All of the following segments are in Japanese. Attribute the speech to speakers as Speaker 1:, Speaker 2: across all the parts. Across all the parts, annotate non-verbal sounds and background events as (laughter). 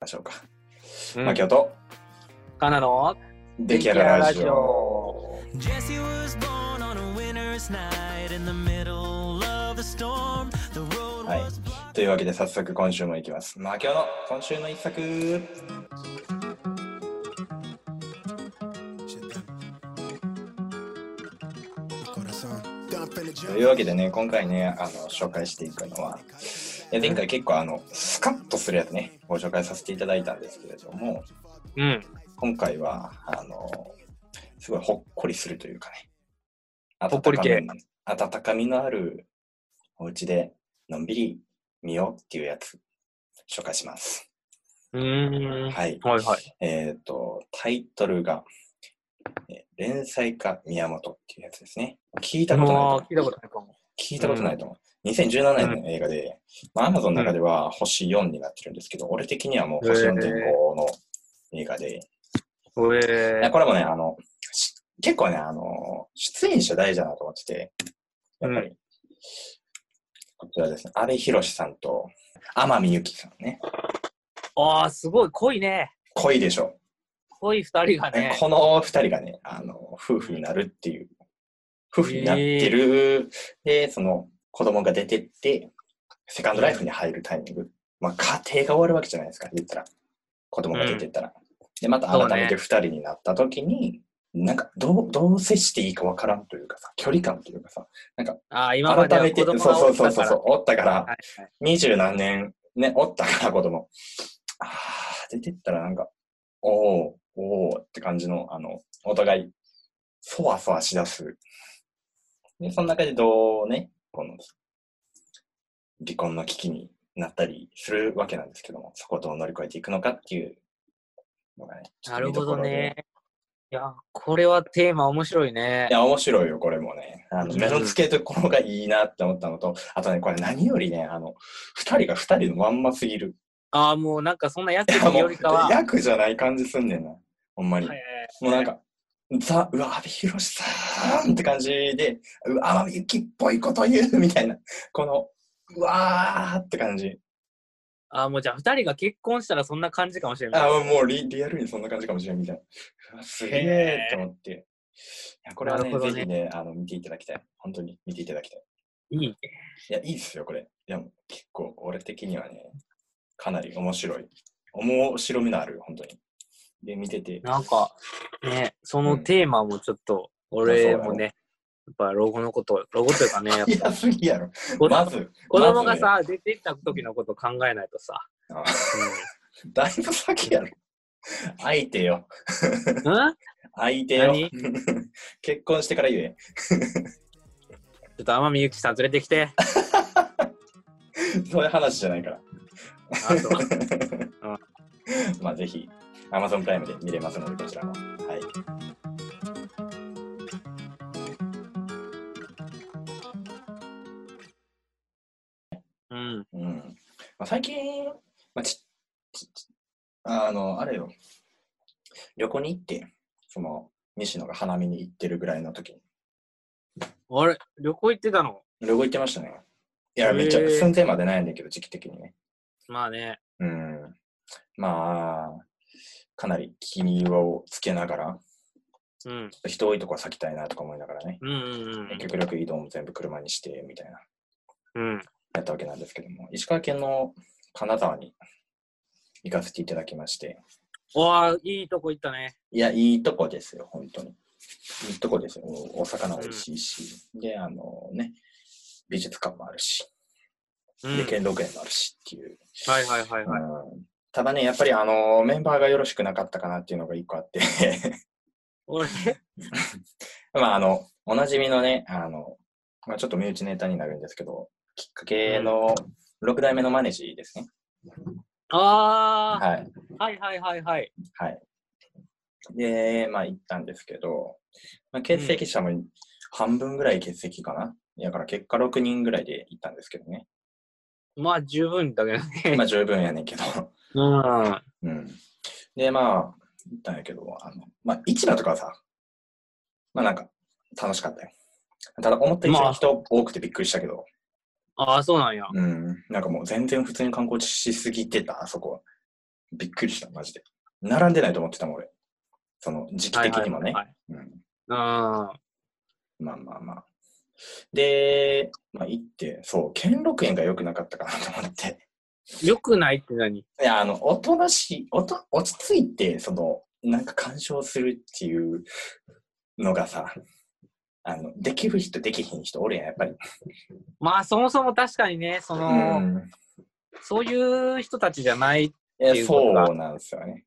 Speaker 1: ましょうか。
Speaker 2: うん
Speaker 1: マキオと
Speaker 2: カナの
Speaker 1: 出来上がラジオ。
Speaker 3: Jesse was born on a winter's night in the middle of a storm. The road
Speaker 1: はい
Speaker 3: was。
Speaker 1: というわけで早速今週もいきます。マキオの今週の一作。というわけでね、今回ね、あの紹介していくのは、いや前回結構あのスカッとするやつね、ご紹介させていただいたんですけれども、
Speaker 2: うん。
Speaker 1: 今回はあのすごいほっこりするというかね、
Speaker 2: ほっこり系
Speaker 1: 温かみのあるお家でのんびり見ようっていうやつ、紹介します。
Speaker 2: うー
Speaker 1: は
Speaker 2: ん。
Speaker 1: い。
Speaker 2: はいはい。
Speaker 1: えっ、と、タイトルが、えー連載家宮本っていうやつですね。聞いたことないと
Speaker 2: も
Speaker 1: 思
Speaker 2: う
Speaker 1: う。
Speaker 2: 聞いたことないかも。
Speaker 1: 聞いたことないと思う。2017年の映画で、まあ、アマゾンの中では星4になってるんですけど、俺的にはもう星
Speaker 2: へー
Speaker 1: 4.5の映画で、
Speaker 2: う
Speaker 1: い
Speaker 2: え
Speaker 1: や
Speaker 2: ー。
Speaker 1: これもね、あの、し結構ね、あの、出演者大事だなと思ってて、やっぱり、こちらですね、阿部寛さんと天海祐希さんね、
Speaker 2: ああ、すごい濃いね。
Speaker 1: 濃いでしょ。
Speaker 2: 濃い二人が
Speaker 1: ね (laughs)
Speaker 2: ね。
Speaker 1: この二人がね、あの、夫婦になるっていう、夫婦になってる、で、その、子供が出てって、セカンドライフに入るタイミング。まあ、家庭が終わるわけじゃないですか、言ったら。子供が出てったら。で、また
Speaker 2: そうね
Speaker 1: 改めて二人になった時に、なんか、どう、どう接していいかわからんというかさ、距離感というかさ、
Speaker 2: ああ、今
Speaker 1: 改
Speaker 2: までは
Speaker 1: めて、
Speaker 2: 子
Speaker 1: そうそう
Speaker 2: 供がお
Speaker 1: そう
Speaker 2: った
Speaker 1: そう
Speaker 2: か
Speaker 1: そ
Speaker 2: ら。
Speaker 1: う、おったから、
Speaker 2: はいはい
Speaker 1: 二十何年、ね、おったから子供。ああ、出てったらなんか、おおおおって感じの、あの、お互い、そわそわしだす。で、その中でどうね、この、離婚の危機になったりするわけなんですけども、そこをどう乗り越えていくのかっていうのがね、ちょっ
Speaker 2: な
Speaker 1: と
Speaker 2: る
Speaker 1: 見ど
Speaker 2: ほ
Speaker 1: こ
Speaker 2: ど
Speaker 1: ろで
Speaker 2: ね。。いや、これはテーマ面白いね
Speaker 1: い。や、面白いよ、これもね。あの、
Speaker 2: うん
Speaker 1: 目の付けどころがいいなって思ったのと、あとね、これ何よりね、あの、二人が二人のまんますぎる。
Speaker 2: ああ、もうなんかそんなやつ
Speaker 1: いやも
Speaker 2: よ
Speaker 1: う
Speaker 2: りかは。
Speaker 1: 役じゃない感じすんねんな。ほんまに。
Speaker 2: はいはい
Speaker 1: もうなんか、ザ、うわ、阿部寛さんって感じで、うわ、天海祐希っぽいこと言うみたいな、この、うわーって感じ。
Speaker 2: ああ、もうじゃあ二人が結婚したらそんな感じかもしれない。
Speaker 1: あもうリリアルにそんな感じかもしれんみたいな。うわすげえと思って。いやこれは
Speaker 2: な
Speaker 1: ね
Speaker 2: るほど
Speaker 1: ぜ
Speaker 2: ね
Speaker 1: ひね、あの、見ていただきたい。本当に見ていただきたい。
Speaker 2: いいね。
Speaker 1: いや、いいっすよ、これ。いや、もう結構、俺的にはね、かなり面白い。面白みのある、本当に。で、見てて、
Speaker 2: なんか、ね、そうの
Speaker 1: ん
Speaker 2: テーマもちょっと、俺もね、やっぱ老後のこと、老後と (laughs) いうかね、やっ
Speaker 1: いや、すぎやろ。ま
Speaker 2: ぱ
Speaker 1: ず、
Speaker 2: 子供が
Speaker 1: ま
Speaker 2: さ、出てった時のこと考えないとさ。
Speaker 1: あだいぶ先やろ。相手よ。
Speaker 2: うんん
Speaker 1: 相手よ
Speaker 2: 何。
Speaker 1: (laughs) 結婚してから言え。
Speaker 2: ちょっと天海祐希さん連れてきて。
Speaker 1: そういう話じゃないから。
Speaker 2: あと (laughs)
Speaker 1: まあ、ぜひ、Amazon プライムで見れますので、こちらも。はい。
Speaker 2: うん。
Speaker 1: うん。まあ、最近、まあ、ち、ち、ちあの、あれよ。旅行に行って、その、西野が花見に行ってるぐらいの時に。
Speaker 2: あれ、旅行行ってたの
Speaker 1: 旅行行ってましたね。いや、めっちゃ
Speaker 2: へー
Speaker 1: 寸前までないんだけど、時期的にね。
Speaker 2: まあね。
Speaker 1: うん。まあ、かなり気にをつけながら、
Speaker 2: うん。
Speaker 1: 人多いとこは避けたいなとか思いながらね、
Speaker 2: うんうん
Speaker 1: 極力移動も全部車にしてみたいな、
Speaker 2: うん。うん。
Speaker 1: やったわけなんですけども、石川県の金沢に行かせていただきまして、
Speaker 2: おあ、いいとこ行ったね。
Speaker 1: いや、いいとこですよ、本当に。いいとこですよ。おお魚美味しいし、で、あのね、美術館もあるし、
Speaker 2: うん。
Speaker 1: で、兼六園もあるしっていう。
Speaker 2: はいはいはいはい。
Speaker 1: うんただね、やっぱりあの、メンバーがよろしくなかったかなっていうのが一個あって、
Speaker 2: 俺、
Speaker 1: まあ、あの、おなじみのね、あの、まあ、ちょっと身内ネタになるんですけど、きっかけの6代目のマネジーですね。
Speaker 2: あ
Speaker 1: はい。
Speaker 2: あ、はいはいはいはい。
Speaker 1: はい。で、まあ、行ったんですけど、まあ、欠席者も半分ぐらい欠席かな。だから結果6人ぐらいで行ったんですけどね。
Speaker 2: まあ十分だけど
Speaker 1: ま
Speaker 2: ね。
Speaker 1: あ、十分やねんけど。 (laughs)
Speaker 2: うん。
Speaker 1: うん。で、まあ、行ったんやけど、あの、まあ、市場とかはさ、まあ、なんか、楽しかったよ。ただ、思った以上に人多くてびっくりしたけど、
Speaker 2: ああ、そうなんや。
Speaker 1: うん、なんかもう全然普通に観光地しすぎてた、あそこは。びっくりした、マジで。並んでないと思ってたもん、俺。その、時期的にもね。
Speaker 2: はいはい
Speaker 1: うん
Speaker 2: ああ、
Speaker 1: まあまあまあ。で、まあ行って、そう、兼六園が良くなかったかなと思って。
Speaker 2: 良くないって何
Speaker 1: いや、あの、おとなしい、おと、落ち着いて、その、なんか干渉するっていうのがさ、あの、できる人、できひん人おるやん、やっぱり。
Speaker 2: まあ、そもそも確かにね、その、
Speaker 1: ん。
Speaker 2: そういう人たちじゃな
Speaker 1: い
Speaker 2: い。ってい
Speaker 1: や、
Speaker 2: うことが
Speaker 1: そうなんですよね。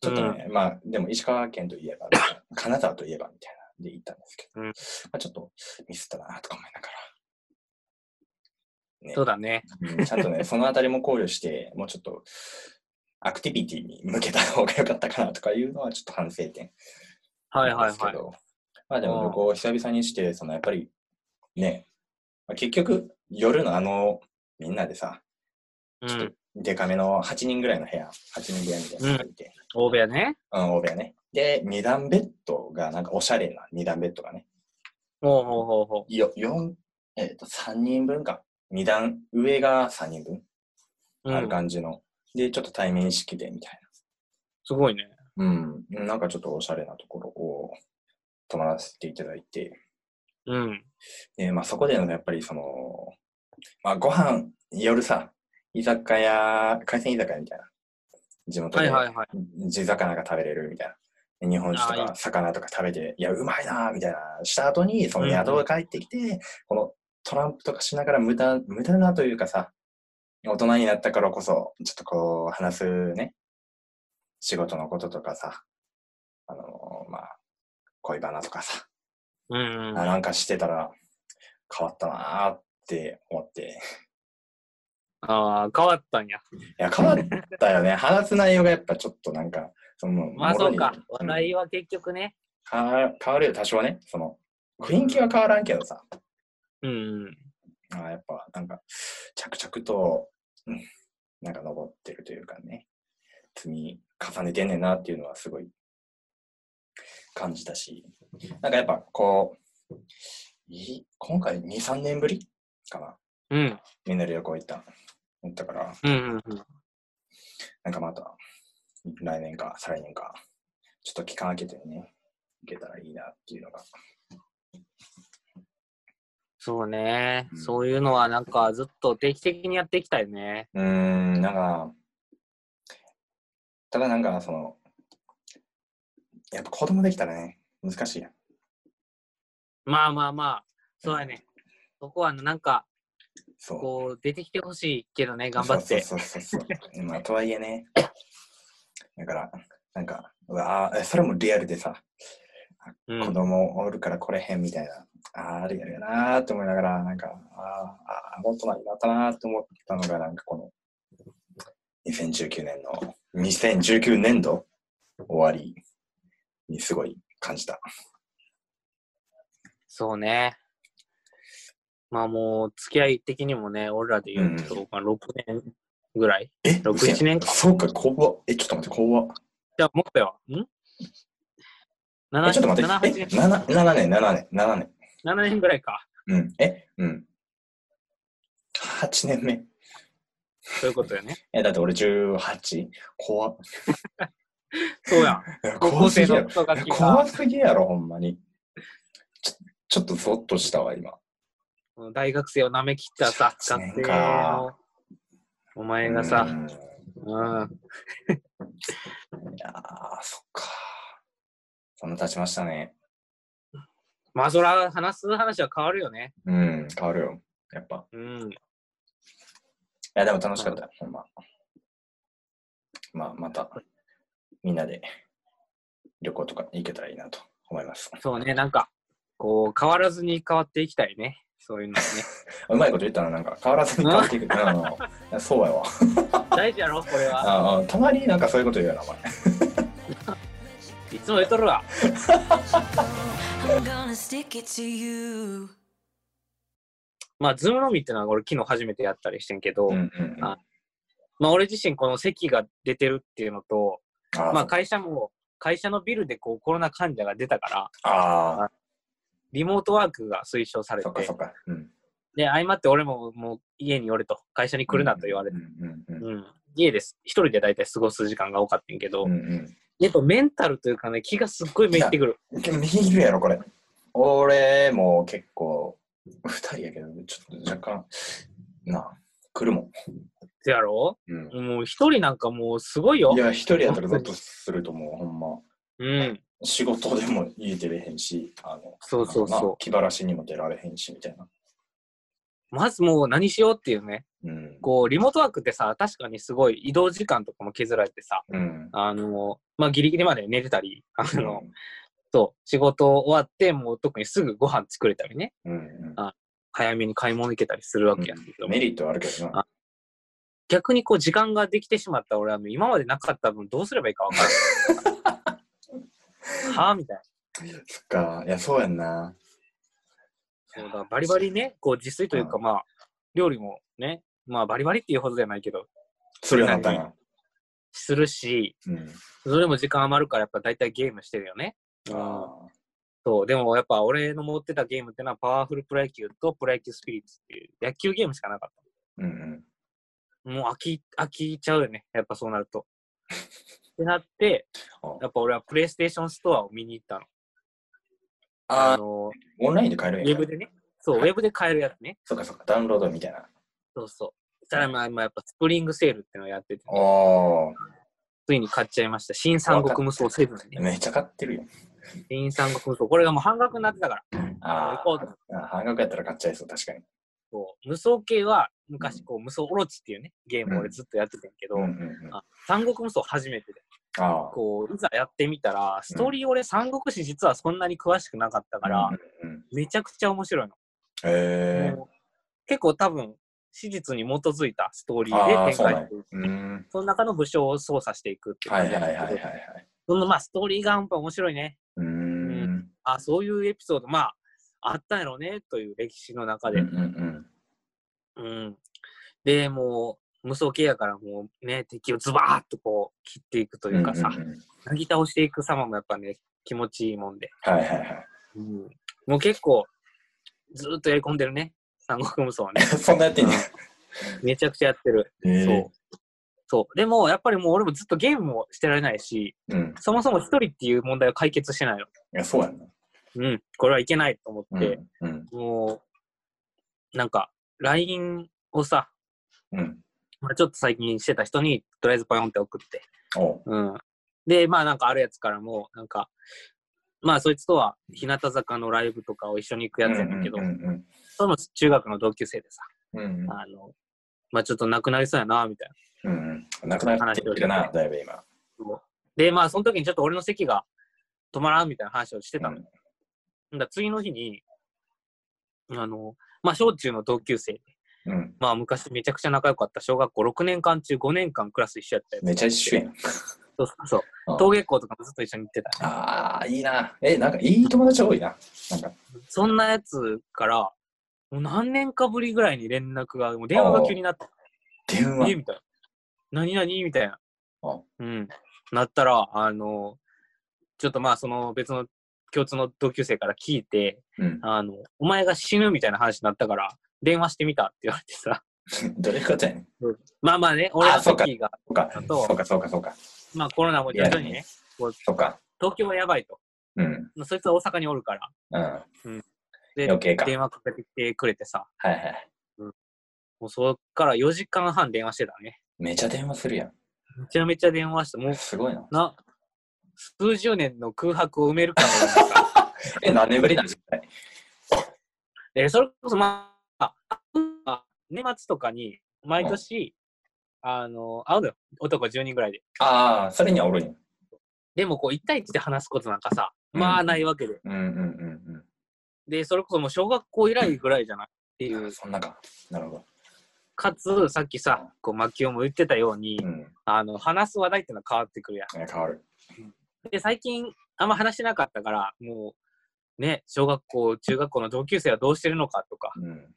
Speaker 1: ちょっとね、まあ、でも石川県とい (coughs) えば、金沢といえばみたいなんで行ったんですけど、
Speaker 2: うん
Speaker 1: まあちょっとミスったなとか思いながら。
Speaker 2: そうだね。
Speaker 1: うんちゃんとね、 (laughs) そのあたりも考慮して、もうちょっと、アクティビティに向けた方が良かったかなとかいうのはちょっと反省点
Speaker 2: はい
Speaker 1: なん
Speaker 2: はい
Speaker 1: ですけど、
Speaker 2: はい。
Speaker 1: まあでも旅行を久々にして、そのやっぱりね、まあ結局夜のあの、みんなでさ、
Speaker 2: う
Speaker 1: ちょっと
Speaker 2: ん。
Speaker 1: デカめの8人ぐらいの部屋、8人部屋みたいなのがいて、
Speaker 2: 大部屋ね。
Speaker 1: うん、大部屋ね。で、2段ベッドが、なんかおしゃれな2段ベッドがね、
Speaker 2: ほうほうほうほ
Speaker 1: よ4、えっ、と、3人分か。2段、上が3人分。
Speaker 2: う。う
Speaker 1: ある
Speaker 2: ん、
Speaker 1: 感じの。で、ちょっと対面式でみたい
Speaker 2: すごいね。
Speaker 1: な。うん。なんかちょっとおしゃれなところを泊まらせていただいて。
Speaker 2: うん。
Speaker 1: で、まあそこでのやっぱりその、まあご飯、夜さ、居酒屋、海鮮居酒屋みたいな。地元
Speaker 2: はい
Speaker 1: で
Speaker 2: はいはい。
Speaker 1: 地魚が食べれるみたいな。日本酒
Speaker 2: あーい
Speaker 1: と
Speaker 2: い
Speaker 1: か魚とか食べて、いや、うまいなーみたいな、した後に、その宿が帰ってきて、このトランプとかしながら無駄、無駄なというかさ、大人になったからこそ、ちょっとこう、話すね、仕事のこととかさ、あのーまあ、恋バナとかさ、
Speaker 2: うん、うん
Speaker 1: あ。なんかしてたら、変わったなーって思って。
Speaker 2: ああ、変わったんや。
Speaker 1: いや、変わった
Speaker 2: (laughs)
Speaker 1: よね。話す内容がやっぱちょっとなんか、その、
Speaker 2: まあ
Speaker 1: もろ
Speaker 2: そ
Speaker 1: に
Speaker 2: うか。
Speaker 1: う
Speaker 2: 話
Speaker 1: ん
Speaker 2: 題は結局ね。
Speaker 1: 変わ変わるよ、多少ね。その、雰囲気は変わらんけどさ。
Speaker 2: うんうん。
Speaker 1: あーやっぱ、なんか、着々と、うん、なんか登ってるというかね、積み重ねてんねんなっていうのはすごい感じたし、なんかやっぱこう、い今回2、3年ぶりかな。
Speaker 2: うん。
Speaker 1: みんなで旅行行った。行ったから、
Speaker 2: うんうんうん。
Speaker 1: なんかまた、来年か再来年か、ちょっと期間空けてね、行けたらいいなっていうのが。
Speaker 2: そうね、
Speaker 1: うん
Speaker 2: そういうのはなんかずっと定期的にやっていきたいね。
Speaker 1: うーん、なんか、ただなんか、その、やっぱ子供できたらね、難しいやん。
Speaker 2: まあまあまあ、そうやね。そこはなんか、
Speaker 1: そう。
Speaker 2: こう、出てきてほしいけどね、頑張って。
Speaker 1: そうそうそうそう。まあ、とはいえね。だから、なんか、うわあ、それもリアルでさ、
Speaker 2: うん
Speaker 1: 子供おるから来れへんみたいな、ああ、リアルやなーって思いながら、なんか、あーあー、大人になったなーって思ったのが、なんかこの、2019年の、2019年度終わりにすごい感じた。
Speaker 2: そうね。まあもう、付き合い的にもね、俺らで言うと、
Speaker 1: う
Speaker 2: まあ6年ぐらい。
Speaker 1: え
Speaker 2: 6 7年か
Speaker 1: そうか、怖っ。え、ちょっと待って、怖っ。
Speaker 2: じゃあ、もっとよ。ん 7,
Speaker 1: え、ちょっと待って、
Speaker 2: 7 8
Speaker 1: え、
Speaker 2: 年
Speaker 1: 7、7年、7年、7年。
Speaker 2: 7年ぐらいか。
Speaker 1: うん、え、うん。8年目。
Speaker 2: そういうことよね。
Speaker 1: え、だって俺 18? 怖っ。
Speaker 2: そ
Speaker 1: (laughs)
Speaker 2: うやん。
Speaker 1: いや
Speaker 2: 高
Speaker 1: 怖
Speaker 2: 校
Speaker 1: す
Speaker 2: 生
Speaker 1: ぎや
Speaker 2: の
Speaker 1: ろ。
Speaker 2: 人が
Speaker 1: いや
Speaker 2: 聞い
Speaker 1: 怖
Speaker 2: た
Speaker 1: すぎやろ、ほんまに。ちょちょっとゾッとしたわ、今。
Speaker 2: 大学生を舐め切ったさ、
Speaker 1: 8
Speaker 2: 学生
Speaker 1: 年
Speaker 2: の
Speaker 1: か、
Speaker 2: お前がさ
Speaker 1: う、んい
Speaker 2: うん、
Speaker 1: やー、そっか。そんな経ちましたね。
Speaker 2: まあそら話す話は変わるよね。
Speaker 1: うん、変わるよ。やっぱ。い
Speaker 2: うん。
Speaker 1: や、でも楽しかったよ、ほんま。まあ、また、みんなで旅行とか行けたらいいなと思います。
Speaker 2: そうね、なんか、こう、変わらずに変わっていきたいね。そういうのね。
Speaker 1: うまいこと言ったな、なんか変わらずに変わっていく。うん、そうやわ。
Speaker 2: 大事やろ、これは。
Speaker 1: ああたまになんかそういうこと言うよな、お前。
Speaker 2: いつも言っとるわ。
Speaker 3: I'm gonna stick it to you.
Speaker 2: まあ、ズームのみってのは俺昨日初めてやったりしてんけど、
Speaker 1: うんうんうん
Speaker 2: あまあ俺自身この席が出てるっていうのと、
Speaker 1: あ
Speaker 2: まあ会社も、会社のビルでこうコロナ患者が出たから、
Speaker 1: ああ、
Speaker 2: リモートワークが推奨されて
Speaker 1: そっ、かそっか。うん、
Speaker 2: で、相まって俺ももう家におれと、会社に来るなと言われて、
Speaker 1: うんうんうん
Speaker 2: うん。家です一人で大体過ごす時間が多かったんやけど、
Speaker 1: うんうん。
Speaker 2: やっぱメンタルというかね気がすっごいめいってくる
Speaker 1: でも右いるやろ、これ。俺も結構、二人やけど、ちょっと若干、なあ、来るもん。
Speaker 2: せやろ
Speaker 1: うん。
Speaker 2: もう一人なんかもうすごいよ
Speaker 1: いや、一人やったらゾッとすると思う、ほんま。
Speaker 2: うん
Speaker 1: 仕事でも言えてれへんし、あの、
Speaker 2: そうそう
Speaker 1: まあ
Speaker 2: そ
Speaker 1: 気晴らしにも出られへんし、みたいな。
Speaker 2: うまずもう何しようっていうね
Speaker 1: うん。
Speaker 2: こうリモートワークってさ確かにすごい移動時間とかも削られてさ
Speaker 1: うん。
Speaker 2: あのまあギリギリまで寝てたりあ
Speaker 1: う
Speaker 2: の、
Speaker 1: ん
Speaker 2: そう仕事終わってもう特にすぐご飯作れたりね
Speaker 1: うん
Speaker 2: 早めに買い物行けたりするわけやんけ
Speaker 1: う
Speaker 2: ど
Speaker 1: ん。メリットはあるけどな。
Speaker 2: 逆にこう時間ができてしまった俺はもう今までなかった分どうすればいいかわ
Speaker 1: (laughs)
Speaker 2: からんはあみたいな
Speaker 1: そっか。いや、そうやんな。
Speaker 2: そうだからバリバリねこう自炊というか
Speaker 1: う
Speaker 2: まあ料理もねまあバリバリっていうほどじゃないけど
Speaker 1: それなったんや。
Speaker 2: するし
Speaker 1: うん。
Speaker 2: それも時間余るからやっぱ大体ゲームしてるよね
Speaker 1: あ
Speaker 2: そうでもやっぱ俺の持ってたゲームってのはパワフルプロ野球とプロ野球スピリッツっていう野球ゲームしかなかっ
Speaker 1: ーうんうん。
Speaker 2: たもう飽き飽きちゃうよねやっぱそうなる
Speaker 1: (laughs)
Speaker 2: とってなって
Speaker 1: あ
Speaker 2: やっぱ俺はプレイステーションストアを見に行ったの
Speaker 1: あ
Speaker 2: あ
Speaker 1: ー、
Speaker 2: の
Speaker 1: オンラインで買え
Speaker 2: ウ
Speaker 1: るんや。
Speaker 2: ェブでねそうウェブで買えるやつね
Speaker 1: そっかそっか、ダウンロードみたいな。
Speaker 2: そうそうそしたらまあまあやっぱスプリングセールってのをやってて
Speaker 1: おー、
Speaker 2: ついに買っちゃいました新三国無双セブンね
Speaker 1: めっちゃ買ってるよ。
Speaker 2: 新三国無双これがもう半額になってたから
Speaker 1: あ
Speaker 2: 行こうと思って
Speaker 1: ーあ、半額やったら買っちゃいそう、確かに。
Speaker 2: そう無双系は昔こう無双オロチっていうねゲームを俺ずっとやってたんやけど、
Speaker 1: うんうんうん。あ
Speaker 2: あ三国無双初めてで、
Speaker 1: あー。
Speaker 2: こう、いざやってみたら、ストーリー俺、三国志実はそんなに詳しくなかったから、
Speaker 1: うんうんうん、
Speaker 2: めちゃくちゃ面白いの。
Speaker 1: え
Speaker 2: もう結構多分、史実に基づいたストーリ
Speaker 1: ー。あ
Speaker 2: ー
Speaker 1: あ、
Speaker 2: で
Speaker 1: そ
Speaker 2: 展
Speaker 1: う
Speaker 2: 開
Speaker 1: なんや
Speaker 2: していく。
Speaker 1: うーん。
Speaker 2: その中の武将を操作していくっていう
Speaker 1: は
Speaker 2: 感
Speaker 1: い
Speaker 2: じ
Speaker 1: は
Speaker 2: ないんだ
Speaker 1: は
Speaker 2: け
Speaker 1: い
Speaker 2: ど
Speaker 1: はいはい。
Speaker 2: そのまあストーリーがやっぱ面白いね。
Speaker 1: うーん。
Speaker 2: あそういうエピソード、まあ、あったんやろうね、という歴史の中
Speaker 1: うんう
Speaker 2: で。
Speaker 1: ん
Speaker 2: うん。で、もう、無双系やからもうね、敵をズバーッとこう切っていくと
Speaker 1: うん。
Speaker 2: いうかさ、
Speaker 1: んんん
Speaker 2: なぎ倒していく様もやっぱね、気持ちいいもんで。
Speaker 1: はいはいはい。
Speaker 2: うんもう結構、ずーっとやり込んでるね。三国無双は
Speaker 1: (laughs)
Speaker 2: ね。
Speaker 1: そんなやってんねん。
Speaker 2: めちゃくちゃやってる。
Speaker 1: えー
Speaker 2: そう。そう。でも、やっぱりもう俺もずっとゲームもしてられないし、
Speaker 1: うん。
Speaker 2: そもそも一人っていう問題を解決してないの。
Speaker 1: いや、そうやんな。
Speaker 2: うん。これはいけないと思
Speaker 1: う
Speaker 2: って、
Speaker 1: ん。うん。
Speaker 2: もう、なんか、LINE をさ、
Speaker 1: うん。
Speaker 2: まあちょっと最近してた人に、とりあえずポヨンって送って。
Speaker 1: おう。
Speaker 2: うん。で、まあなんかあるやつからも、なんか、まあそいつとは日向坂のライブとかを一緒に行くやつやねんけど、
Speaker 1: うんうん
Speaker 2: その中学の同級生でさ、
Speaker 1: うんうん。
Speaker 2: あの、まあちょっとなくなりそうやな、みたいな。
Speaker 1: うんうん。なくなってきてるな、だいぶ今。
Speaker 2: で、まあその時にちょっと俺の席が止まらんみたいな話をしてたの。
Speaker 1: うん
Speaker 2: だから次の日に、あの、まあ小中の同級生、
Speaker 1: うん。
Speaker 2: まあ昔めちゃくちゃ仲良かった小学校6年間中5年間クラス一緒やったやつ。
Speaker 1: めちゃ一緒やん。
Speaker 2: そうそうそう。
Speaker 1: うん
Speaker 2: 登下校とかもずっと一緒に行ってた。
Speaker 1: ああ、いいな。え、なんかいい友達多いな。なんか、
Speaker 2: そんなやつから、もう何年かぶりぐらいに連絡が、もう電話が急になって、
Speaker 1: 電
Speaker 2: え
Speaker 1: 話。
Speaker 2: みたいな。何々みたいな
Speaker 1: あ。
Speaker 2: うん。なったら、あの、ちょっとまあその別の共通の同級生から聞いて、
Speaker 1: うん。
Speaker 2: あの、お前が死ぬみたいな話になったから、電話してみたって言われてさ。 (laughs)
Speaker 1: どれかちゃん。
Speaker 2: まあまあね、俺の
Speaker 1: そうか
Speaker 2: 席が、
Speaker 1: そうか、
Speaker 2: あと
Speaker 1: そうか、そうか、そうか。
Speaker 2: まあコロナも徐々
Speaker 1: い
Speaker 2: に
Speaker 1: や
Speaker 2: ね、
Speaker 1: そうか。
Speaker 2: 東京はやばいと。
Speaker 1: うん。うん。
Speaker 2: まあそいつは大阪におるから。
Speaker 1: は
Speaker 2: で、
Speaker 1: 余計か
Speaker 2: 電話かけてきてくれてさ。
Speaker 1: いはい。
Speaker 2: もうそっから4時間半電話してたね。
Speaker 1: めちゃ電話するや。
Speaker 2: めちゃめちゃ電話して、もうん
Speaker 1: すごいな。
Speaker 2: な、数十年の空白を埋めるかのよ
Speaker 1: (laughs) え、
Speaker 2: うな
Speaker 1: 何年ぶりなんですか
Speaker 2: で、それこそまあ、あ年末とかに、毎年、あの、会うのよ。男10人ぐらいで。
Speaker 1: ああ、それにはおるんや。
Speaker 2: でもこう、1対1で話すことなんかさ、
Speaker 1: うん
Speaker 2: まあないわけで。
Speaker 1: うんうんうん
Speaker 2: で、それこそもう小学校以来ぐらいじゃないってい
Speaker 1: うん。
Speaker 2: う。
Speaker 1: そんなか。なるほど。
Speaker 2: かつ、さっきさ、こう、マキオも言ってたように
Speaker 1: う、ん。
Speaker 2: あの、話す話題ってのは変わってくるやん。
Speaker 1: 変わる。
Speaker 2: で、最近、あんま話してなかったから、もう、ね、小学校、中学校の同級生はどうしてるのかとか、
Speaker 1: うん。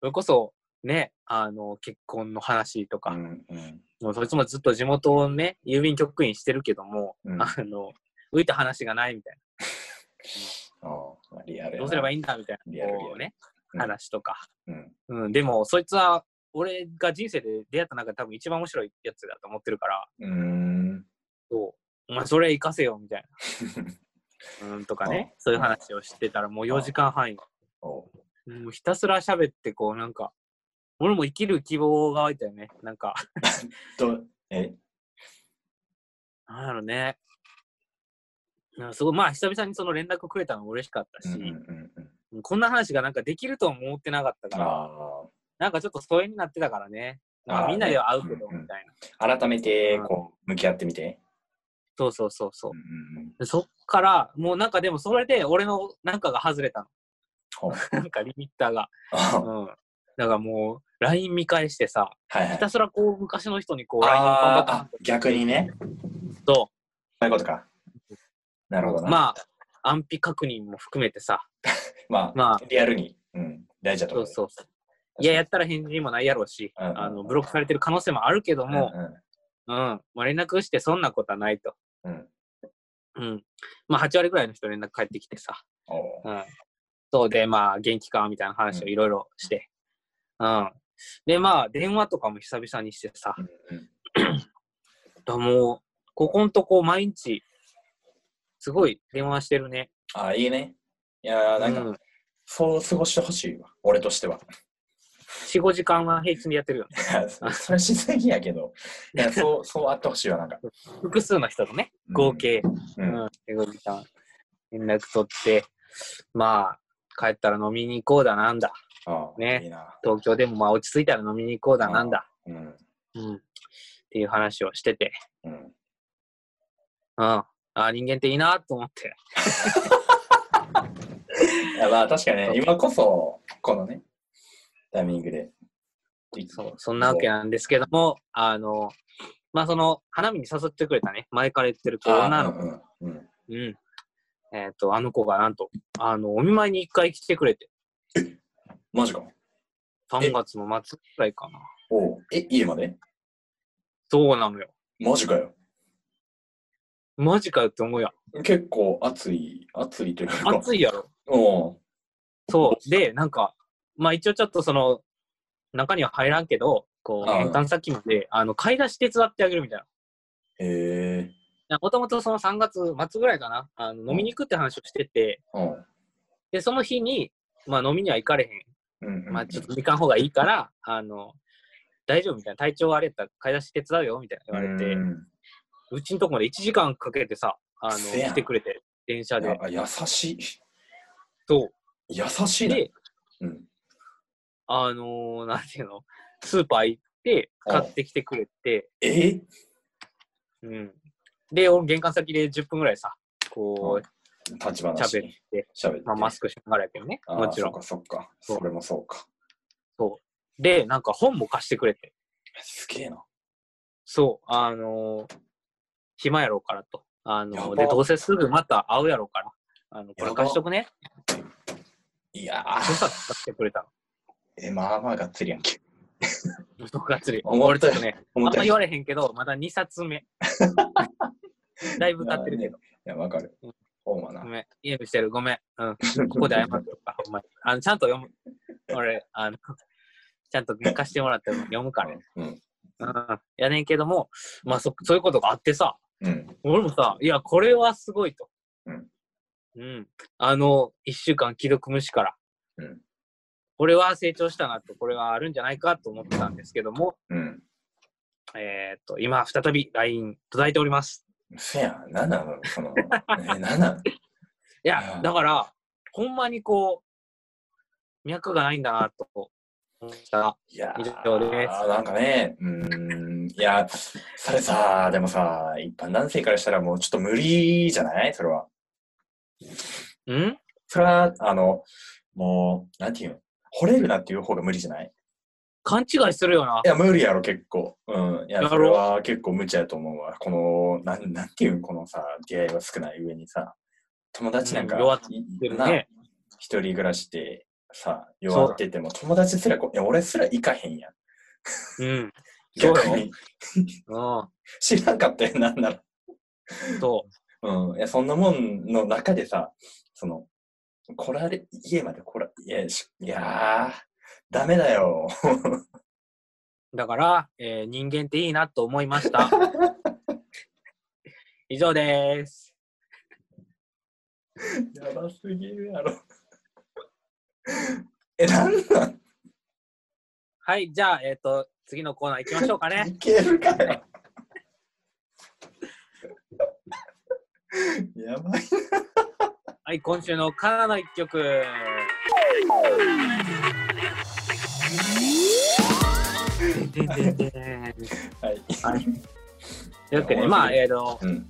Speaker 2: それこそ、ね、あの、結婚の話と
Speaker 1: う
Speaker 2: か、
Speaker 1: んうん。
Speaker 2: もうそいつもずっと地元をね、郵便局員してるけども、
Speaker 1: うん
Speaker 2: あの、浮いた話がないみたい
Speaker 1: ああ、リアルや
Speaker 2: な、
Speaker 1: な。
Speaker 2: どうすればいいんだみたい
Speaker 1: リ
Speaker 2: な、
Speaker 1: アル
Speaker 2: こうね、
Speaker 1: リアル
Speaker 2: 話とか。
Speaker 1: うん。
Speaker 2: うん、でも、そいつは、俺が人生で出会った中で多分一番面白いやつだと思ってるから、
Speaker 1: うーん。 (laughs)
Speaker 2: そうお前それ活かせよみたいな、うんとかね、そういう話をしてたらもう4時間半よ
Speaker 1: おう
Speaker 2: もうひたすら喋ってこうなんか、俺も生きる希望が湧いたよね。なんか、
Speaker 1: と、え、
Speaker 2: なんやろね。なんかすごい、まあ久々にその連絡くれたのも嬉しかった
Speaker 1: うんうん
Speaker 2: し、
Speaker 1: うんうん。
Speaker 2: こんな話がなんかできるとも思ってなかったから、
Speaker 1: あ
Speaker 2: なんかちょっと疎遠になってたからね。なん
Speaker 1: あ
Speaker 2: か
Speaker 1: ー
Speaker 2: みんなでは会うけど、
Speaker 1: ねうんうん
Speaker 2: みたいな。
Speaker 1: あ、改めて
Speaker 2: う、ん
Speaker 1: こう、向き合ってみて。
Speaker 2: そうそうそうそう
Speaker 1: う。んうんうん。
Speaker 2: でそっから、もうなんかでもそれで俺のなんかが外れた
Speaker 1: ほ
Speaker 2: の
Speaker 1: う。
Speaker 2: なんかリミッターが。
Speaker 1: あ
Speaker 2: うん。だからもう、LINE 見返してさ、
Speaker 1: はいは
Speaker 2: ひ
Speaker 1: い
Speaker 2: た。すらこう昔の人にこう LINE を
Speaker 1: あー
Speaker 2: バンバン
Speaker 1: あ、逆にね。そ
Speaker 2: と、
Speaker 1: ういうことか。なるほどな。
Speaker 2: まあ、安否確認も含めてさ、
Speaker 1: まあ、
Speaker 2: まあ
Speaker 1: リアルに、うん、大事だと
Speaker 2: そ
Speaker 1: 思
Speaker 2: う
Speaker 1: う。
Speaker 2: そうそう。いや、やったら返事もないやろうし、
Speaker 1: うんうんうん
Speaker 2: あのブロックされてる可能性もあるけども、
Speaker 1: うんうん
Speaker 2: うん、まあ、連絡してそんなことはないと。
Speaker 1: うん
Speaker 2: うん。まあ、8割ぐらいの人連絡返ってきてさ、
Speaker 1: おう
Speaker 2: うん。そうで、まあ、元気かみたいな話をいろいろして、うん。で、まあ、電話とかも久々にしてさ、
Speaker 1: うん
Speaker 2: だからもう、ここんとこ毎日、すごい電話してるね。
Speaker 1: ああ、いいね。いやー、なんか、
Speaker 2: うん、
Speaker 1: そう過ごしてほしいわ、俺として
Speaker 2: (laughs)
Speaker 1: は。
Speaker 2: 4、5時間は平均でやってるよね。
Speaker 1: そそれはしすぎやけど、いやそうそうあってほしいわ、なんか。
Speaker 2: 複数の人とね、合計
Speaker 1: う。
Speaker 2: うんん、手紙さん、連絡取って、まあ、帰ったら飲みに行こうだなんだ。
Speaker 1: ああ
Speaker 2: ね
Speaker 1: いいな。
Speaker 2: 東京でもまあ落ち着いたら飲みに行こうだなんだ。
Speaker 1: うん。
Speaker 2: うん。っていう話をしてて、
Speaker 1: うん。
Speaker 2: うん。ああ、人間っていいなと思って。
Speaker 1: いや、まあ、確かに
Speaker 2: そ
Speaker 1: ね
Speaker 2: う、
Speaker 1: 今こそ、このね、タイミングで。
Speaker 2: そう、そんなわけなんですけども、あの、まあその、花見に誘ってくれたね、前から言ってる子、
Speaker 1: ああ
Speaker 2: 女の子、
Speaker 1: うんうんうん
Speaker 2: うん。えっ、と、あの子がなんと、あの、お見舞いに一回来てくれて、
Speaker 1: マジか。
Speaker 2: 3月の末くらいかな。
Speaker 1: おうえ、家まで
Speaker 2: そうなのよ。
Speaker 1: マジかよ。
Speaker 2: マジかよって思うやん。
Speaker 1: 結構暑い、暑いというか。
Speaker 2: 暑いやろ。
Speaker 1: おう
Speaker 2: そう。で、なんか、まあ一応ちょっとその、中には入らんけど、こう、
Speaker 1: ああ
Speaker 2: 玄関先まで、あの、買い出し手伝ってあげるみたい
Speaker 1: へえ。
Speaker 2: な。もともとその3月末ぐらいかな、あの飲みに行くって話をしてて、
Speaker 1: うん
Speaker 2: で、その日に、まあ飲みには行かれへ
Speaker 1: うんうん
Speaker 2: ん。まあちょっと行かん方がいいから、あの、大丈夫みたいな、体調あれやったら買い出し手伝うよみたいな言われて、
Speaker 1: うん
Speaker 2: うちのとこまで1時間かけてさ、あの、
Speaker 1: せやん
Speaker 2: 来てくれて、電車で。
Speaker 1: や優しい。
Speaker 2: そ
Speaker 1: 優し
Speaker 2: う。
Speaker 1: いね。
Speaker 2: で、
Speaker 1: うん、
Speaker 2: あのーなんていうの、スーパー行って、買ってきてくれて、
Speaker 1: えー
Speaker 2: うん。で、俺玄関先で10分ぐらいさ、こう、
Speaker 1: 立ち話。
Speaker 2: 喋って、
Speaker 1: 喋って。
Speaker 2: まあ、マスクしながらやけどね、
Speaker 1: あー
Speaker 2: もちろん
Speaker 1: そっ。かそっか。
Speaker 2: そう
Speaker 1: それもそうか。
Speaker 2: で、なんか本も貸してくれて、
Speaker 1: すげえな。
Speaker 2: そう、あのー暇やろうからと。あ
Speaker 1: や
Speaker 2: のー
Speaker 1: ば
Speaker 2: で、どうせすぐまた会うやろうから、あのこ
Speaker 1: や
Speaker 2: れ
Speaker 1: ば
Speaker 2: 貸しとくね。
Speaker 1: いや
Speaker 2: そ
Speaker 1: ー、
Speaker 2: したら貸してくれた
Speaker 1: えまあまあがっつりやんけ。
Speaker 2: の。そがっつり。
Speaker 1: 思った
Speaker 2: 俺ちょっとね、あん
Speaker 1: 思
Speaker 2: ま
Speaker 1: った
Speaker 2: 言
Speaker 1: よ
Speaker 2: われへんけど、まだ2
Speaker 1: (laughs)
Speaker 2: 冊目。だいぶ経ってるけど、
Speaker 1: りいや、わかる
Speaker 2: うん。
Speaker 1: ほうまな
Speaker 2: ご。めん、家見してる、ごめん。うん、ここで謝っておくから、ほんまに。あの、ちゃんと読む。俺、あの、ちゃんと貸してもらっても読むからね。
Speaker 1: うん。
Speaker 2: うんやねんけども、まあそ、そういうことがあってさ、
Speaker 1: うん。
Speaker 2: 俺もさ、いや、これはすごいと。
Speaker 1: うん。
Speaker 2: うん。あの、一週間既読無視から。
Speaker 1: うん。
Speaker 2: 俺は成長したなと、これはあるんじゃないかと思ってたんですけども、
Speaker 1: うん。
Speaker 2: えーっと、今、再び LINE 途絶えております。
Speaker 1: せや、なんなの
Speaker 2: (laughs)
Speaker 1: その、え、なんなの
Speaker 2: い
Speaker 1: あ
Speaker 2: や
Speaker 1: あ、
Speaker 2: だから、ほんまにこう、脈がないんだなと思った。
Speaker 1: いやー
Speaker 2: 以上です
Speaker 1: なんかね、うーん、いや、それさ、でもさ、一般男性からしたらもうちょっと無理じゃないそれは。
Speaker 2: うん
Speaker 1: それは、あの、もう、なんていうの惚れるなっていう方が無理じゃない
Speaker 2: 勘違いするよな。
Speaker 1: いや、無理やろ、結構。うん。いや、
Speaker 2: やろ
Speaker 1: それは結構無茶やと思うわ。この、なん、なんていうん、このさ、出会いは少ない上にさ、友達なんか、
Speaker 2: うん弱っ
Speaker 1: い
Speaker 2: てる
Speaker 1: な
Speaker 2: ね
Speaker 1: 一人暮らしでさ、弱ってても、友達すらこう、いや、俺すら行かへんやん。
Speaker 2: うん。そう
Speaker 1: 逆
Speaker 2: よ
Speaker 1: に。 (laughs)
Speaker 2: う
Speaker 1: 知らんかったよ、なんなら。
Speaker 2: ん。そう。
Speaker 1: うん。いや、そんなもんの中でさ、その、来られ、家まで来ら、いや、しいやー、ダメだよ。
Speaker 2: だから、えー人間っていいなと思いま (laughs) した。以上です。
Speaker 1: やばすぎるやろ。 (laughs) え、なんなん
Speaker 2: はい、じゃあ、えっ、と、次のコーナー行きましょうかね。
Speaker 1: いけるかよ。やばい。
Speaker 2: はい、今週のカナの一曲。でんでんでん
Speaker 1: はい。
Speaker 2: はい。というわけで、まあ、えっ、と、
Speaker 1: うん。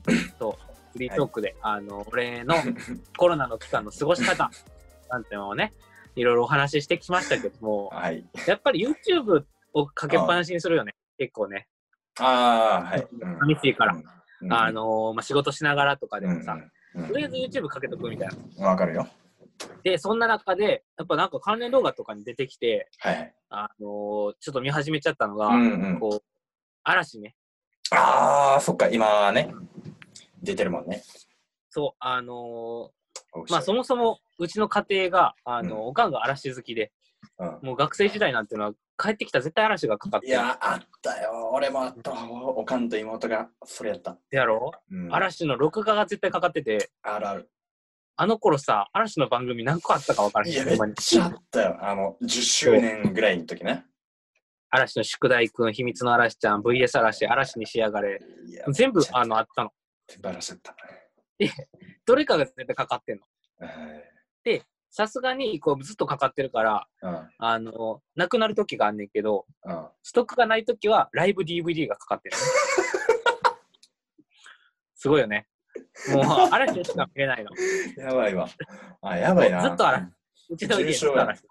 Speaker 2: フリートークで、あの、俺のコロナの期間の過ごし方なんてのをね、いろいろお話ししてきましたけども、
Speaker 1: はい。
Speaker 2: やっぱり YouTube をかけっぱなしにするよね。結構ね。
Speaker 1: ああ、はい。うん
Speaker 2: 寂しいから。
Speaker 1: うん
Speaker 2: あ、のーまあ、仕事しながらとかでもさ、
Speaker 1: うんうん
Speaker 2: とりあえず YouTube かけとくみたいな。
Speaker 1: うんわかるよ。
Speaker 2: で、そんな中で、やっぱなんか関連動画とかに出てきて、
Speaker 1: はい。
Speaker 2: あのーちょっと見始めちゃったのが、
Speaker 1: うんうん
Speaker 2: こう、嵐ね。
Speaker 1: ああ、そっか、今ね、出てるもんね。
Speaker 2: そう、あのーまあそもそもうちの家庭が、あのー
Speaker 1: うん
Speaker 2: おかんが嵐好きで、
Speaker 1: うん
Speaker 2: もう学生時代なんていうのは帰ってきたら絶対嵐がかかって
Speaker 1: い
Speaker 2: る
Speaker 1: や、あったよ。俺もあったわ。おかんと妹がそれやった。
Speaker 2: やろ、
Speaker 1: うん
Speaker 2: 嵐の録画が絶対かかってて、
Speaker 1: あるある。
Speaker 2: あの頃さ、嵐の番組何個あったか分からへ
Speaker 1: い
Speaker 2: ん
Speaker 1: や、
Speaker 2: ほ
Speaker 1: め
Speaker 2: ん
Speaker 1: っ
Speaker 2: まに。
Speaker 1: ちゃあったよ。あの、10周年ぐらいの時ね。
Speaker 2: 嵐の宿題くん、秘密の嵐ちゃん、VS 嵐、嵐にしやがれ。
Speaker 1: いや、
Speaker 2: 全部
Speaker 1: めっちゃ
Speaker 2: あのあったの。
Speaker 1: 手放しちゃった。
Speaker 2: どれかが絶対かかってんの。
Speaker 1: はい
Speaker 2: さすがにこうずっとかかってるから、
Speaker 1: うん
Speaker 2: あの、なくなる時があんねんけど、
Speaker 1: うん
Speaker 2: ストックがない時はライブ DVD がかかってる。
Speaker 1: (laughs)
Speaker 2: すごいよね。もう嵐しか見れないの。
Speaker 1: やばいわ。あ、やばいな。
Speaker 2: ずっとあらうちの家
Speaker 1: 重症
Speaker 2: ず
Speaker 1: や
Speaker 2: っと嵐。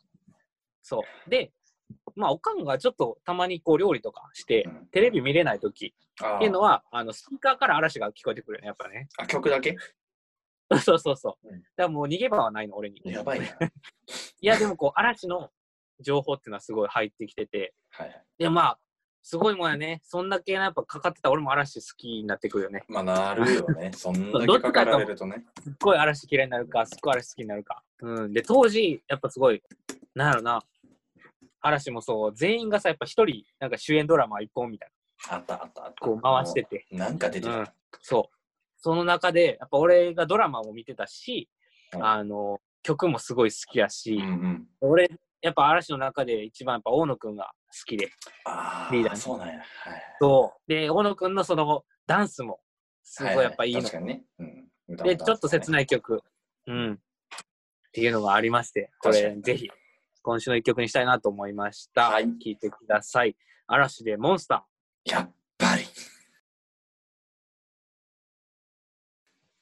Speaker 2: そう。で、まあ、おかんがちょっとたまにこう料理とかして、
Speaker 1: うん
Speaker 2: テレビ見れない時
Speaker 1: あ
Speaker 2: っていうのは、あの、スピーカーから嵐が聞こえてくるよね、やっぱね。 (laughs)
Speaker 1: あ、曲だけ
Speaker 2: そうそうそう。
Speaker 1: う
Speaker 2: だ
Speaker 1: ん
Speaker 2: からもう逃げ場はないの、俺に。
Speaker 1: やばいな。
Speaker 2: いや、でもこう、嵐の情報っていうのはすごい入ってきてて、
Speaker 1: はい。
Speaker 2: で、まあ、すごいもんやね。そんだけやっぱかかってた俺も嵐好きになってくるよね。
Speaker 1: まあ、なるよ
Speaker 2: (laughs)
Speaker 1: ね。そんだ
Speaker 2: ど
Speaker 1: け
Speaker 2: っちか
Speaker 1: か
Speaker 2: と
Speaker 1: かられるとね。
Speaker 2: すっごい嵐嫌いになるか、すっごい嵐好きになるか。うん。で、当時、やっぱすごい、なんやろな。嵐もそう、全員がさ、やっぱ一人、なんか主演ドラマ一本みたい
Speaker 1: あったあったあった。
Speaker 2: な、こう回してて。
Speaker 1: なんか出て
Speaker 2: う
Speaker 1: た。
Speaker 2: ん。そう。その中で、やっぱ俺がドラマも見てたし、
Speaker 1: うん
Speaker 2: あの、曲もすごい好きやし、
Speaker 1: うんうん。
Speaker 2: 俺、やっぱ嵐の中で一番やっぱ大野くんが好きで、
Speaker 1: あ
Speaker 2: リーダー
Speaker 1: あ、
Speaker 2: ね
Speaker 1: そうなんや。はい。
Speaker 2: そう。で、大野くんのそのダンスも、すごいやっぱいいの。
Speaker 1: 確かにね。うん、歌
Speaker 2: で、ちょっと切
Speaker 1: い。
Speaker 2: ない曲。うん。っていうのがありまして、こ
Speaker 1: 確か
Speaker 2: れ
Speaker 1: に、
Speaker 2: ぜひ、今週の一曲にしたいなと思いました。
Speaker 1: はい
Speaker 2: 聞いてください。嵐でモンスタ
Speaker 1: やっぱり。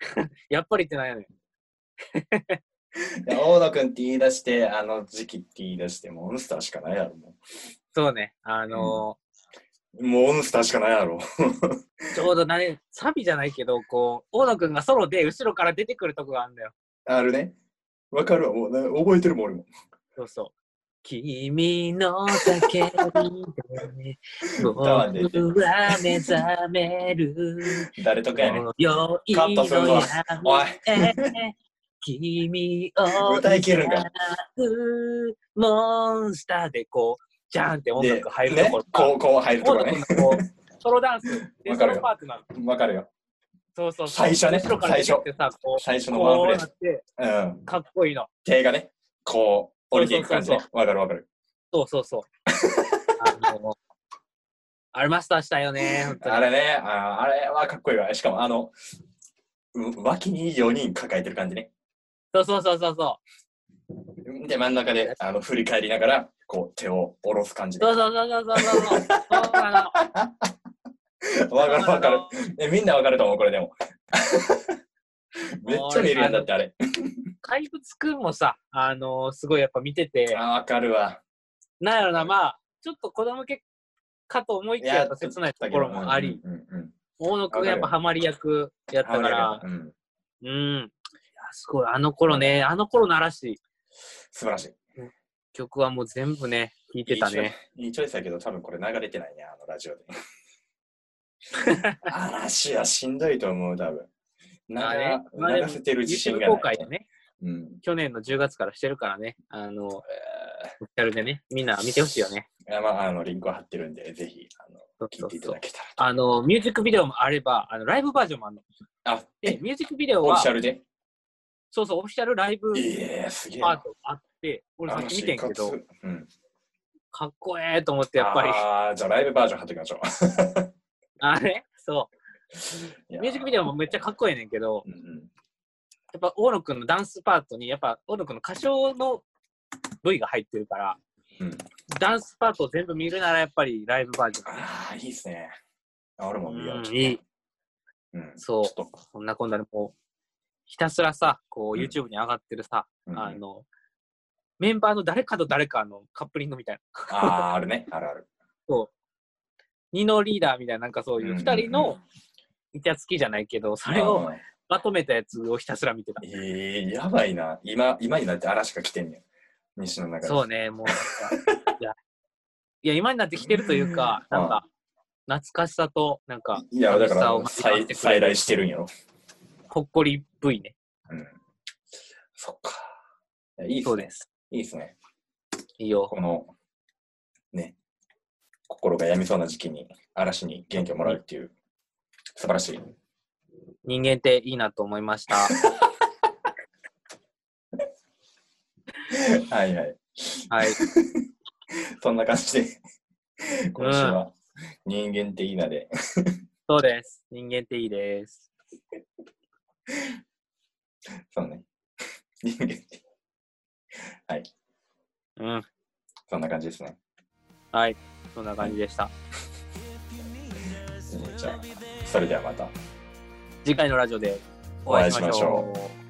Speaker 2: ー。やっぱりってないよねん。
Speaker 1: 大野くんって言い出して、あの時期って言い出して、モンスターしかないやろ。も
Speaker 2: そうね。あの
Speaker 1: うモンスターしかないやろ。
Speaker 2: ーちょうど何、サビじゃないけど、こう、大野くんがソロで後ろから出てくるとこがあるんだよ。
Speaker 1: あるね。わかるわ。もう、ね、覚えてるもん、俺も。
Speaker 2: そうそう。君の叫び
Speaker 1: (laughs)
Speaker 2: で僕は目覚める。
Speaker 1: 誰とかやね。
Speaker 2: よい
Speaker 1: カットするぞおい
Speaker 2: (laughs) 君を
Speaker 1: 歌い切るんか
Speaker 2: 歌うモンスターでこう、ジャーンって音
Speaker 1: で、
Speaker 2: 楽入るところ
Speaker 1: ね、こう、こう入るところね。
Speaker 2: 音楽のこうソロダンスで
Speaker 1: わ
Speaker 2: ソ
Speaker 1: かるよ
Speaker 2: ロパートなの。
Speaker 1: わかるよ。
Speaker 2: そうそう
Speaker 1: 最初ね
Speaker 2: 後ろから出てきてさ、こう、
Speaker 1: 最初のワン
Speaker 2: こ
Speaker 1: フレ
Speaker 2: う
Speaker 1: ー
Speaker 2: な
Speaker 1: ズ
Speaker 2: っ。て、
Speaker 1: うん。
Speaker 2: かっこいいの。
Speaker 1: 手がね、こう、降りていく感じね
Speaker 2: そうそ。
Speaker 1: わかるわかる。
Speaker 2: そうそう
Speaker 1: (laughs)
Speaker 2: そう。あの、あれマスターしたよね、本当に
Speaker 1: あれね、ああれはかっこいいわ。しかも、あの、う脇に4人抱えてる感じね。
Speaker 2: そうそうそうそうそう。
Speaker 1: で、真ん中で、あの、振り返りながら、こう、手を下ろす感じで
Speaker 2: そ。うそうそうそうそうそう。そうな
Speaker 1: わかる
Speaker 2: の
Speaker 1: わかる。。え、みんなわかると思う、これ
Speaker 2: (laughs)
Speaker 1: でも。めっちゃ見るやんだって、あれ。
Speaker 2: 怪物くんもさ、あのーすごいやっぱ見てて、
Speaker 1: あ、わかるわ。
Speaker 2: なんやろな、まあ、ちょっと子供けかと思いきや、やっぱ切ないところもあり、
Speaker 1: うんうんうん。
Speaker 2: 大野くんがやっぱハマり役やったから、
Speaker 1: うん。
Speaker 2: うん。いや、すごい、あの頃ね、あの頃の嵐、
Speaker 1: 素晴らしい。
Speaker 2: 曲はもう全部ね、聴いてたね。
Speaker 1: いいチョイス。いいチョイスだけど、多分これ流れてないね、あのラジ
Speaker 2: (laughs)
Speaker 1: オで。嵐はしんどいと思う、多分。流
Speaker 2: あれまあで
Speaker 1: 流
Speaker 2: も
Speaker 1: せてる自信
Speaker 2: YouTube
Speaker 1: が
Speaker 2: 公
Speaker 1: な
Speaker 2: 開
Speaker 1: い
Speaker 2: で。ね、
Speaker 1: うん。
Speaker 2: 去年の10月からしてるからね、あの、オフィシャルでね、みんな見てほしいよね。
Speaker 1: いやまあ、あの、リンクを貼ってるんで、ぜひ、あの、
Speaker 2: そう
Speaker 1: 聞い
Speaker 2: そ
Speaker 1: うていた
Speaker 2: そう
Speaker 1: だ。けたらと。
Speaker 2: あの、ミュージックビデオもあれば、あのライブバージョンもあるの。
Speaker 1: あ、
Speaker 2: で
Speaker 1: え、、
Speaker 2: ミュージックビデオ
Speaker 1: オフィ
Speaker 2: は
Speaker 1: シ、ャルで
Speaker 2: そうそう、オフィシャルライブ
Speaker 1: ええすげえな。
Speaker 2: パートあって、俺さっき見てんけ
Speaker 1: あの
Speaker 2: ど
Speaker 1: 就、活うん、
Speaker 2: かっこええと思って、やっぱり。
Speaker 1: ああ、じゃあライブバージョン貼っておきまし
Speaker 2: (laughs)
Speaker 1: ょ
Speaker 2: あれそう。
Speaker 1: う。
Speaker 2: ミュージックビデオもめっちゃかっこええねんけど、
Speaker 1: いやーうんうん
Speaker 2: やっぱ大野くんのダンスパートに、やっぱ大野くんの歌唱の部位が入ってるから、
Speaker 1: うん
Speaker 2: ダンスパートを全部見るならやっぱりライブバージョン。
Speaker 1: ああ、いいっすね。あ俺も見よう。
Speaker 2: うんいい。
Speaker 1: うん、
Speaker 2: そう
Speaker 1: ちょっと。
Speaker 2: そんなこんなでもう、ひたすらさ、こう
Speaker 1: うん
Speaker 2: YouTube に上がってるさ、
Speaker 1: うん
Speaker 2: あの、メンバーの誰かと誰かのカップリングみたいな。
Speaker 1: ああー、あるね。あるある。
Speaker 2: 二のリーダーみたいな、なんかそうい
Speaker 1: う
Speaker 2: う
Speaker 1: ん
Speaker 2: 二人のイチャつきじゃないけど、それを
Speaker 1: うん
Speaker 2: まとめたやつをひたすら見てた。
Speaker 1: ええやばいな。今、今になって嵐が来てんねん。西の中で。
Speaker 2: そうね、もうなんかいや、いや、今になってきてるというか、
Speaker 1: うん
Speaker 2: なんか、懐かしさと、なんか、
Speaker 1: いや、だ
Speaker 2: 寂
Speaker 1: か
Speaker 2: しさを
Speaker 1: ら、
Speaker 2: 混じり合わ
Speaker 1: 再
Speaker 2: せてくれる
Speaker 1: 再来してるんやろ。
Speaker 2: ほっこり V ね。
Speaker 1: うん。そっか。いやいいっ
Speaker 2: そ
Speaker 1: す
Speaker 2: う
Speaker 1: ね
Speaker 2: で。す。
Speaker 1: いいっすね。
Speaker 2: いいよ。
Speaker 1: この、ね、心が病みそうな時期に、嵐に元気をもらうっていう、素晴らしい。 (laughs)
Speaker 2: 人間っていいなと思いました。
Speaker 1: はいはい。
Speaker 2: はい。
Speaker 1: そんな感じで、今週は、人間っていいなで、
Speaker 2: そうです。人間っていいです。
Speaker 1: そうね。人間って、
Speaker 2: うん。
Speaker 1: そんな感じですね。
Speaker 2: はい。そんな感じでした。
Speaker 1: じゃあ、それではまた。
Speaker 2: 次回のラジオでお会いしましょ
Speaker 1: お会いしま
Speaker 2: う。